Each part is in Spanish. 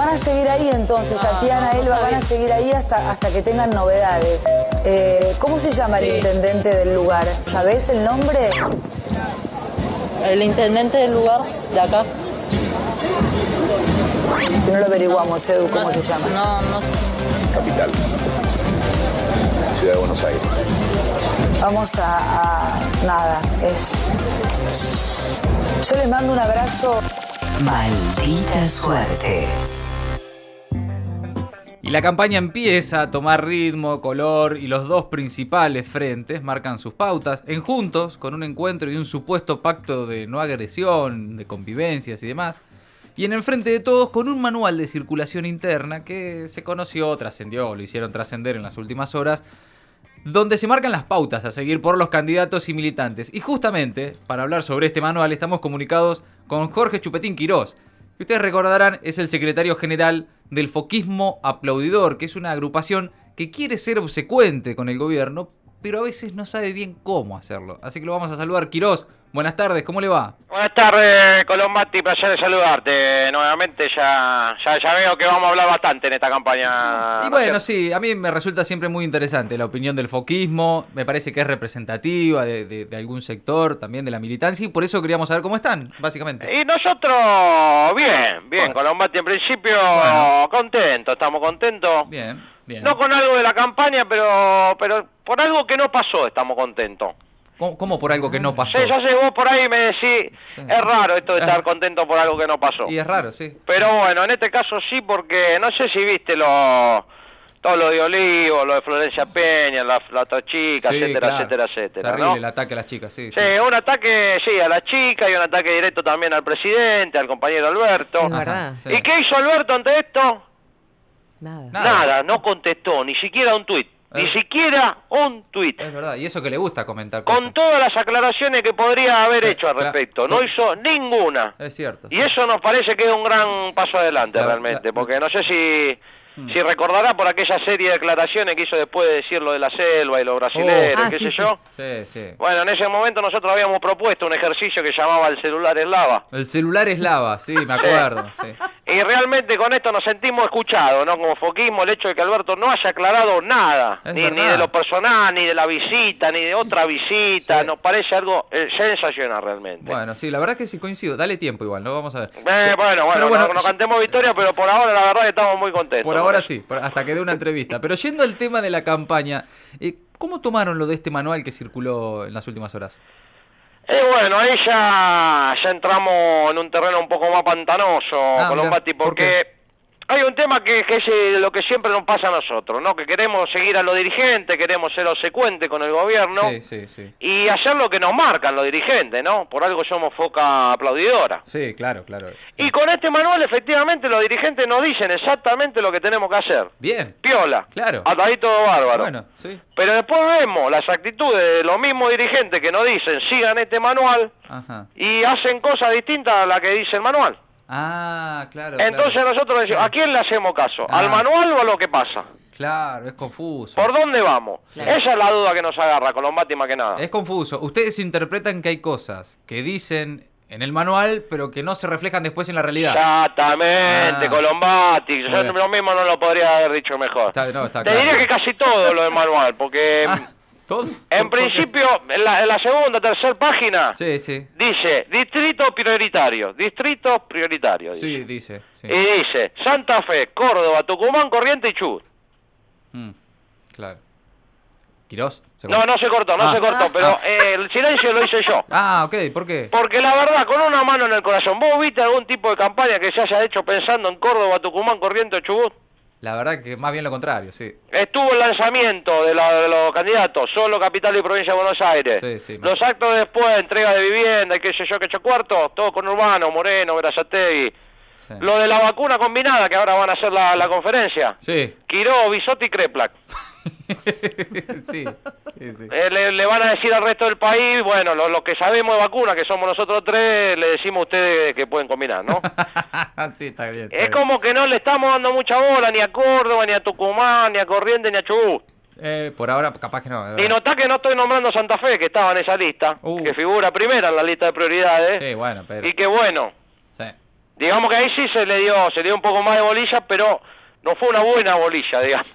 a seguir ahí entonces, Tatiana, Elba, van a seguir ahí hasta, hasta que tengan novedades. Eh, ¿Cómo se llama el intendente del lugar? ¿Sabés el nombre? El intendente del lugar, de acá. Si no lo averiguamos, Edu, ¿cómo No, se llama? No, no sé. capital, ciudad de Buenos Aires. Vamos a, a- Nada, es... Yo les mando un abrazo. Maldita suerte. Y la campaña empieza a tomar ritmo, color y los dos principales frentes marcan sus pautas. En juntos, con un encuentro y un supuesto pacto de no agresión, de convivencias y demás. Y en el frente de todos con un manual de circulación interna que se conoció, trascendió, lo hicieron trascender en las últimas horas, donde se marcan las pautas a seguir por los candidatos y militantes. Y justamente, para hablar sobre este manual, estamos comunicados con Jorge Chupetín Quirós, que ustedes recordarán es el secretario general del Foquismo Aplaudidor, que es una agrupación que quiere ser obsecuente con el gobierno, pero a veces no sabe bien cómo hacerlo. Así que lo vamos a saludar. Quirós, buenas tardes, ¿cómo le va? Buenas tardes, Colombati, placer de saludarte. Nuevamente ya, ya, ya veo que vamos a hablar bastante en esta campaña. Y ¿no bueno, es cierto? sí, a mí me resulta siempre muy interesante la opinión del foquismo, me parece que es representativa de, de- de algún sector, también de la militancia, y por eso queríamos saber cómo están, básicamente. Y nosotros, bien, bien, Colombati, en principio, Bueno. contento, estamos contentos. Bien, bien. No con algo de la campaña, pero, pero por algo que no pasó estamos contentos. ¿Cómo, cómo por algo que no pasó? Sí, ya sé, vos por ahí me decís, es raro esto de estar contento por algo que no pasó. Y es raro, sí. Pero bueno, en este caso sí, porque no sé si viste los todo lo de Olivo, lo de Florencia Peña, la, la otra chica, Sí, etcétera, claro. etcétera, etcétera. Terrible ¿no? el ataque a las chicas, sí. Sí, un ataque, sí, a la chica y un ataque directo también al presidente, al compañero Alberto. Es verdad. sí. ¿Y qué hizo Alberto ante esto? Nada. Nada. Nada, no contestó, ni siquiera un tuit, ni Eh. siquiera un tuit. Es verdad, y eso que le gusta comentar Con cosas. todas las aclaraciones que podría haber Sí, hecho al claro. respecto, no Con- hizo ninguna. Es cierto. Y eso nos parece que es un gran paso adelante La- Hmm. realmente, la- porque no sé si, si recordará por aquella serie de declaraciones que hizo después de decir lo de la selva y los brasileros, Ah, qué sí, sé sí. yo. Oh. Sí, sí. Bueno, en ese momento nosotros habíamos propuesto un ejercicio que llamaba el celular es lava. El celular es lava, sí, me acuerdo. sí. Y realmente con esto nos sentimos escuchados, ¿no? Como foquismo el hecho de que Alberto no haya aclarado nada, Es ni, verdad. ni de lo personal, ni de la visita, ni de otra visita, Sí. nos parece algo eh, sensacional realmente. Bueno, sí, la verdad que sí coincido. Dale tiempo igual, ¿no? Vamos a ver. Eh, bueno, bueno, Pero no, no cantemos victoria, pero por ahora la verdad que estamos muy contentos. Por con ahora eso. sí, por- hasta que dé una entrevista. Pero yendo al tema de la campaña, eh, ¿cómo tomaron lo de este manual que circuló en las últimas horas? Eh, bueno, ahí ya, ya entramos en un terreno un poco más pantanoso, Ah, mirá, Colombati, ¿por porque hay un tema que, que es eh, lo que siempre nos pasa a nosotros, ¿no? Que queremos seguir a los dirigentes, queremos ser obsecuentes con el gobierno Sí, sí, sí. y hacer lo que nos marcan los dirigentes, ¿no? Por algo somos foca aplaudidora. Sí, claro, claro. Y con este manual, efectivamente, los dirigentes nos dicen exactamente lo que tenemos que hacer. Bien. Piola. Claro. Hasta ahí todo bárbaro. Bueno, sí. Pero después vemos las actitudes de los mismos dirigentes que nos dicen sigan este manual Ajá. y hacen cosas distintas a la que dice el manual. Ah, claro. claro. Entonces nosotros decimos, ¿a quién le hacemos caso? ¿Al Ah. manual o a lo que pasa? Claro, es confuso. ¿Por dónde vamos? Esa es la duda que nos agarra con los mates más que nada. Es confuso. Ustedes interpretan que hay cosas que dicen en el manual, pero que no se reflejan después en la realidad. Exactamente, Ah. Colombati. Yo Muy bien. lo mismo no lo podría haber dicho mejor. Está- no, está Te claro. diría que casi todo lo del manual, porque Ah, ¿Todo? en principio, en la, en la segunda, tercera página, Sí, sí. dice distrito prioritario, distrito prioritario. dice. Sí, dice. sí. Y dice Santa Fe, Córdoba, Tucumán, Corriente y Chubut. Mm, Claro. ¿Quirós? ¿Se No, cortó? no se cortó, no Ah. se cortó, pero Ah. eh, el silencio lo hice yo. Ah, ok, ¿por qué? Porque la verdad, con una mano en el corazón, ¿vos viste algún tipo de campaña que se haya hecho pensando en Córdoba, Tucumán, Corriente o Chubut? La verdad que más bien lo contrario, sí. Estuvo el lanzamiento de, la- de los candidatos, solo Capital y Provincia de Buenos Aires. Sí, sí, me- los actos de después, entrega de vivienda y qué sé yo, qué sé yo, cuarto, todo con Urbano, Moreno, Verazategui. Sí. Lo de la vacuna combinada, que ahora van a hacer la, la conferencia. Sí. Quiró, Bisotti y Kreplak. sí, sí, sí. Eh, le, le van a decir al resto del país, bueno, los que sabemos de vacuna, que somos nosotros tres, le decimos a ustedes que pueden combinar, ¿no? sí, está bien. está es bien. como que no le estamos dando mucha bola ni a Córdoba, ni a Tucumán, ni a Corrientes, ni a Chubut. Eh, por ahora, capaz que no. es Y verdad. notá que no estoy nombrando Santa Fe, que estaba en esa lista, Uh. que figura primera en la lista de prioridades. Sí, bueno, pero. Y que bueno, Sí. Digamos que ahí sí se le dio, se le dio un poco más de bolilla, pero no fue una buena bolilla, digamos.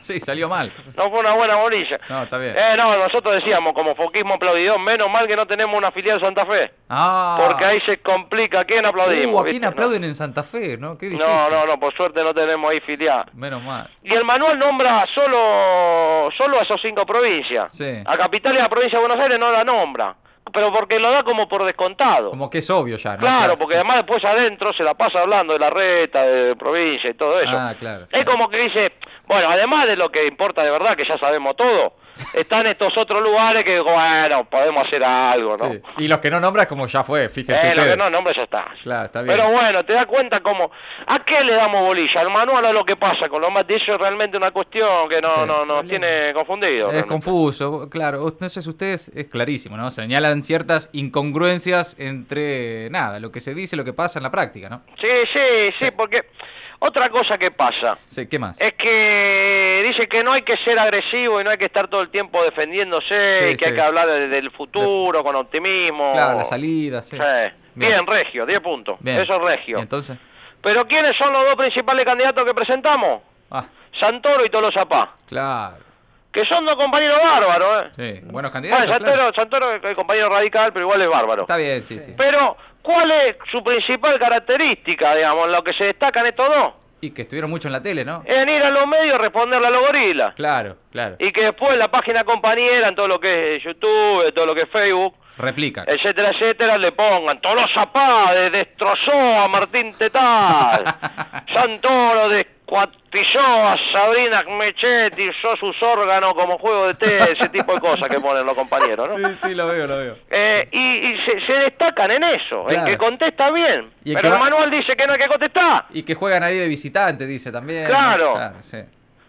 sí, salió mal. No fue una buena bolilla. No, está bien. Eh, no, nosotros decíamos, como foquismo aplaudidor, menos mal que no tenemos una filial Santa Fe. Ah. Porque ahí se complica. ¿A quién aplaudimos? Uh, ¿a quién viste? aplauden en Santa Fe? ¿No? Qué difícil. No, no, no, por suerte no tenemos ahí filial. Menos mal. Y el manual nombra solo, solo a esos cinco provincias. Sí. A Capital y a la provincia de Buenos Aires no la nombra. Pero porque lo da como por descontado. Como Ah, que es obvio ya, ¿no? Claro, porque además después adentro se la pasa hablando de la reta, de provincia y todo eso. Ah, claro, Es claro. como que dice, bueno, además de lo que importa de verdad, que ya sabemos todo, están estos otros lugares que, bueno, podemos hacer algo, ¿no? Sí. Y los que no nombras, como ya fue, fíjense Eh, lo que ustedes. no nombre ya está. Claro, está bien. Pero bueno, te das cuenta como, ¿a qué le damos bolilla? Al manual a lo que pasa con los matices es realmente una cuestión que no, Sí. no, nos tiene confundido. Es realmente. confuso, claro. Entonces ustedes es clarísimo, ¿no? Señalan ciertas incongruencias entre nada, lo que se dice, lo que pasa en la práctica, ¿no? sí, sí, sí, porque otra cosa que pasa. Sí, ¿qué más? Es que dice que no hay que ser agresivo y no hay que estar todo el tiempo defendiéndose Sí, y que hay sí. que hablar de- del futuro con optimismo. Claro, la salida, sí. Sí. Bien. Regio, 10 puntos. Bien. Eso es Regio. ¿Y entonces? Pero ¿quiénes son los dos principales candidatos que presentamos? Ah, Santoro y Tolosa Paz. claro. Que son dos compañeros bárbaros, ¿eh? Sí, buenos Bueno, candidatos. Santoro, claro. Santoro es el compañero radical, pero igual es bárbaro. Está bien, sí, sí. Pero, ¿cuál es su principal característica, digamos, en lo que se destacan estos dos? Y que estuvieron mucho en la tele, ¿no? En ir a los medios a responderle a los gorilas. Claro, claro. Y que después la página compañera, en todo lo que es YouTube, en todo lo que es Facebook, Replican. etcétera, etcétera, le pongan Tolosa Paz de- destrozó a Martín Tetal, Santoro descuatilló a Sabrina Mechetti, usó sus órganos como juego de té, ese tipo de cosas que ponen los compañeros, ¿no? Sí, sí, lo veo, lo veo. Eh, y y se, se destacan en eso, el Claro. que contesta bien, Y el pero que el va- manual dice que no hay que contestar. Y que juegan ahí de visitante, dice también. ¿no? Claro. Claro, sí.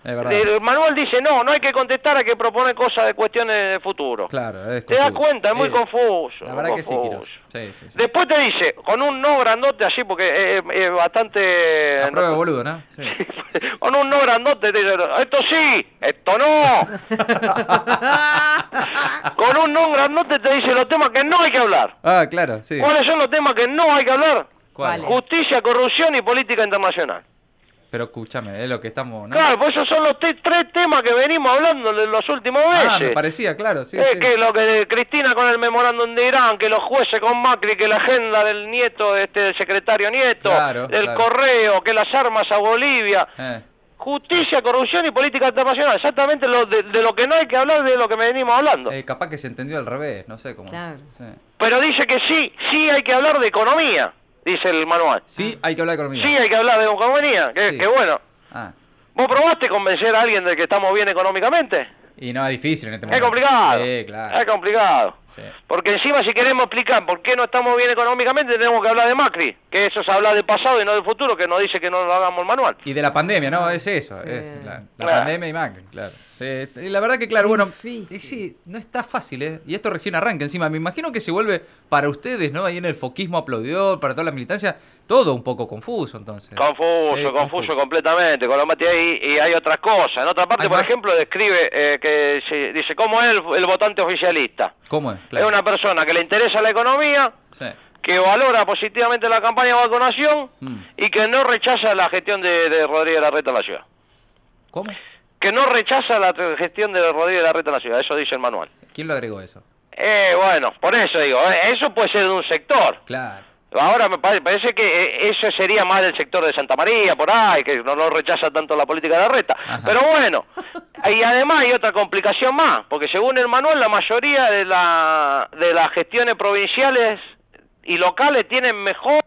Es verdad. El manual dice no, no hay que contestar, hay que proponer cosas de cuestiones de futuro. Claro, es Te das confuso. cuenta, es muy Eh, confuso. La muy verdad que sí, confuso. Quiroz. Sí, sí, sí. Después te dice, con un no grandote así, porque es, es bastante... La prueba de boludo, ¿no? Sí. con un no grandote, te dice, esto sí, esto no. con un no grandote te dice los temas que no hay que hablar. Ah, claro, sí. ¿Cuáles son los temas que no hay que hablar? ¿Cuál? Justicia, corrupción y política internacional. Pero escúchame, es lo que estamos. ¿no? Claro, pues esos son los te- tres temas que venimos hablando en los últimos meses. ah, me parecía, claro, sí. es sí. que lo que de Cristina con el memorándum de Irán, que los jueces con Macri, que la agenda del nieto, este, del secretario Nieto, Claro, del claro. correo, que las armas a Bolivia, Eh, justicia, corrupción y política internacional, exactamente lo de, de lo que no hay que hablar de lo que venimos hablando. eh, capaz que se entendió al revés, no sé cómo. Claro. Sí, Pero dice que sí, sí hay que hablar de economía, dice el manual. Sí, hay que hablar de economía. Sí hay que hablar de economía, que, Sí. que bueno. Ah, ¿Vos probaste convencer a alguien de que estamos bien económicamente? y no, es difícil en este Es momento. complicado. Sí, Es claro. complicado. Sí. Porque encima si queremos explicar por qué no estamos bien económicamente tenemos que hablar de Macri, que eso es hablar del pasado y no del futuro, que nos dice que no lo hagamos el manual. Y de la pandemia, ¿no? Es eso. Ah, Sí. Es la, la Claro. pandemia y Macri, claro. Sí, y la verdad que, claro, bueno. Difícil. y sí, no está fácil, ¿eh? Y esto recién arranca encima. Me imagino que se vuelve para ustedes, ¿no? Ahí en el foquismo aplaudidor, para toda la militancia, todo un poco confuso, entonces. Eh, Confuso, Sí, confuso, completamente, con los matices ahí, y hay otras cosas. En otra parte, ¿Hay por más? ejemplo, describe eh, que se- dice cómo es el, el votante oficialista. ¿Cómo es? Es una persona que le interesa la economía, Sí. que valora positivamente la campaña de vacunación Mm. y que no rechaza la gestión de, de Rodríguez Larreta en la ciudad. ¿Cómo? Que no rechaza la t- gestión de Rodríguez Larreta en la ciudad, eso dice el manual. ¿Quién lo agregó eso? Eh, bueno, por eso digo, eh, eso puede ser de un sector. Claro. Ahora me pare- parece que eh, eso sería más del sector de Santa María, por ahí, que no, no rechaza tanto la política de la reta. Ajá. Pero bueno, y además hay otra complicación más, porque según el manual, la mayoría de, la, de las gestiones provinciales y locales tienen mejor...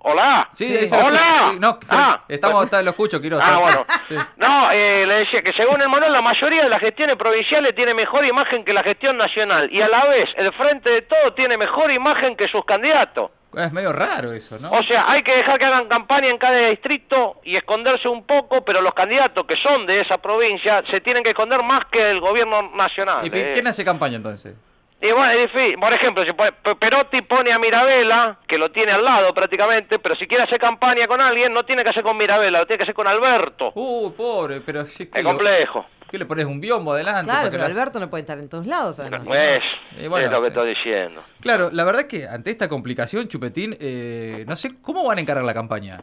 Hola. Sí, ahí se lo Hola. escucho. Sí, no, se- Ah, estamos, está- lo escucho, Quiroz. Ah, bueno. Sí. No, eh, le decía que según el manual, la mayoría de las gestiones provinciales tiene mejor imagen que la gestión nacional. Y a la vez, el Frente de Todo tiene mejor imagen que sus candidatos. Es medio raro eso, ¿no? O sea, hay que dejar que hagan campaña en cada distrito y esconderse un poco, pero los candidatos que son de esa provincia se tienen que esconder más que el gobierno nacional. ¿Y pi- eh. quién hace campaña entonces? Y bueno, es difícil. Por ejemplo, si pone- Pe- Perotti pone a Mirabella, que lo tiene al lado prácticamente, pero si quiere hacer campaña con alguien, no tiene que hacer con Mirabella, lo tiene que hacer con Alberto. Uh, pobre, pero sí que Es lo- complejo. ¿Qué le pones un biombo adelante? Claro, para que pero la- Alberto no puede estar en todos lados, además. Es, Y bueno, Pues, es lo que sí. estoy diciendo. Claro, la verdad es que ante esta complicación, Chupetín, eh, no sé cómo van a encarar la campaña.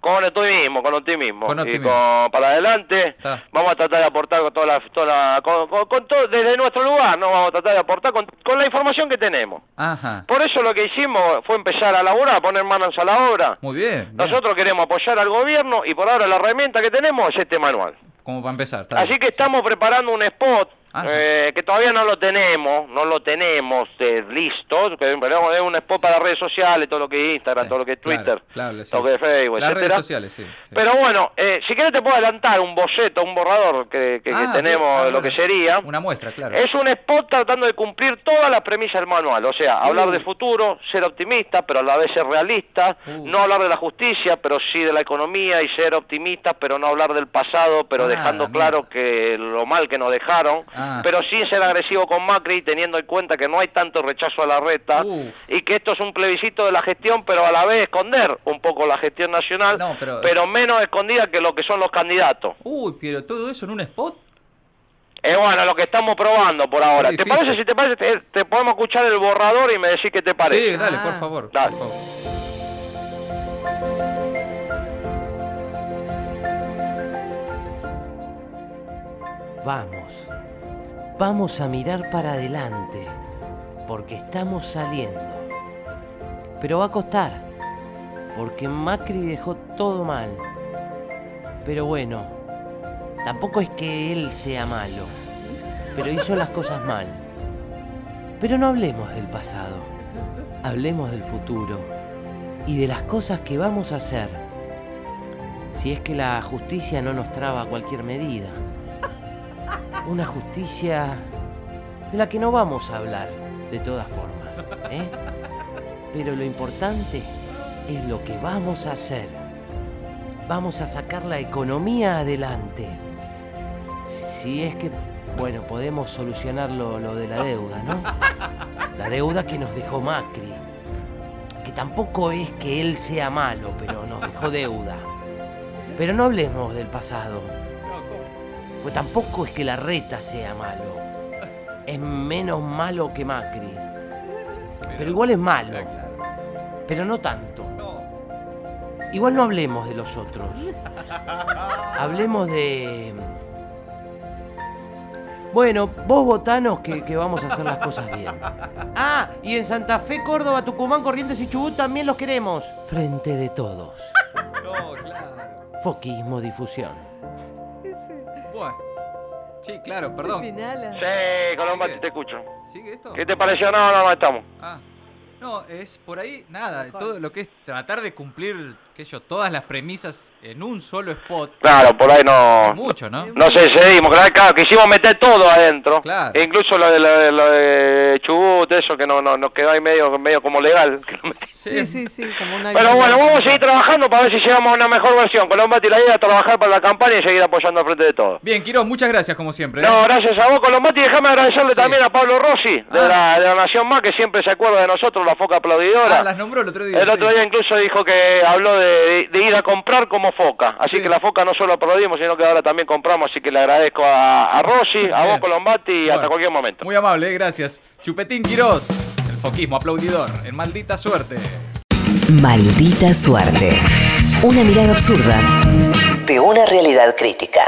Con optimismo, con optimismo. Con Y optimismo. con- para adelante Está. vamos a tratar de aportar con toda la... toda la- con, con- con todo, desde nuestro lugar, ¿no? Vamos a tratar de aportar con, con la información que tenemos. Ajá. Por eso lo que hicimos fue empezar a laburar, a poner manos a la obra. Muy bien. bien. Nosotros queremos apoyar al gobierno y por ahora la herramienta que tenemos es este manual. Como para empezar. está Así bien. que estamos preparando un spot Ah. eh, que todavía no lo tenemos, no lo tenemos eh, listo, que pero es un spot para redes sociales, todo lo que es Instagram, Sí, todo lo que es claro, Twitter, claro, sí. todo lo que es Facebook, Las etcétera. redes sociales, sí. sí. Pero bueno, eh, si quieres te puedo adelantar un boceto, un borrador que, que- que Ah, tenemos, bien, ah, lo que bueno. sería. Una muestra, claro. Es un spot tratando de cumplir todas las premisas del manual, o sea, hablar de futuro, ser optimista, pero a la vez ser realista, Uh. no hablar de la justicia, pero sí de la economía y ser optimista, pero no hablar del pasado, pero Ah, dejando mira. claro que lo mal que nos dejaron, Ah. pero sin ser agresivo con Macri, teniendo en cuenta que no hay tanto rechazo a la reta Uf. y que esto es un plebiscito de la gestión, pero a la vez esconder un poco la gestión nacional, No, pero- menos escondida que lo que son los candidatos. Uy, pero todo eso en un spot. Es bueno, lo que estamos probando por ahora. Es ¿Te difícil. parece? Si te parece, te, te podemos escuchar el borrador y me decís qué te parece. Sí, dale, Ah. por favor. Dale. por favor. Vamos, vamos a mirar para adelante, porque estamos saliendo. Pero va a costar, porque Macri dejó todo mal. Pero bueno, tampoco es que él sea malo, pero hizo las cosas mal. Pero no hablemos del pasado, hablemos del futuro y de las cosas que vamos a hacer. Si es que la justicia no nos traba cualquier medida una justicia de la que no vamos a hablar de todas formas. ¿eh? Pero lo importante es lo que vamos a hacer. Vamos a sacar la economía adelante. Si es que, bueno, podemos solucionar lo, lo de la deuda, ¿no? La deuda que nos dejó Macri. Que tampoco es que él sea malo, pero nos dejó deuda. Pero no hablemos del pasado. Pues tampoco es que la reta sea malo. Es menos malo que Macri. Pero igual es malo. Pero no tanto. Igual no hablemos de los otros. Hablemos de... Bueno, vos votanos que, que vamos a hacer las cosas bien. Ah, y en Santa Fe, Córdoba, Tucumán, Corrientes y Chubut también los queremos. Frente de todos. No, claro. Foquismo difusión. Bueno. Sí, claro, perdón. final. Sí, Colomba, Así que- te escucho. ¿Sigue esto? ¿Qué te pareció? No, no, no estamos. Ah. No, es por ahí, nada, todo lo que es tratar de cumplir, qué sé yo, todas las premisas en un solo spot, Claro, por ahí no. mucho, ¿no? No sé, seguimos. Claro, claro, quisimos meter todo adentro. Claro. E incluso lo de, lo de- lo de Chubut, eso que no, no, nos quedó ahí medio, medio como legal. Sí, sí, sí, como una. Pero bueno, vamos a seguir trabajando para ver si llegamos a una mejor versión. Colomba, y la idea es trabajar para la campaña y seguir apoyando al frente de todos. Bien, Quirón, muchas gracias como siempre. ¿eh? No, gracias a vos, Colombati. Déjame agradecerle Sí. también a Pablo Rossi, de, Ah. la, de la Nación Más, que siempre se acuerda de nosotros, la foca aplaudidora. Ah, las nombró el otro día. El sí. otro día incluso dijo que habló de, de ir a comprar como foca. Así Sí. que la foca no solo aplaudimos, sino que ahora también compramos. Así que le agradezco a, a Rossi, a vos, Bien. Colombati, y hasta Bueno, cualquier momento. Muy amable, ¿eh? gracias. Chupetín Quirós, el foquismo aplaudidor, en maldita suerte. Maldita suerte. Una mirada absurda de una realidad crítica.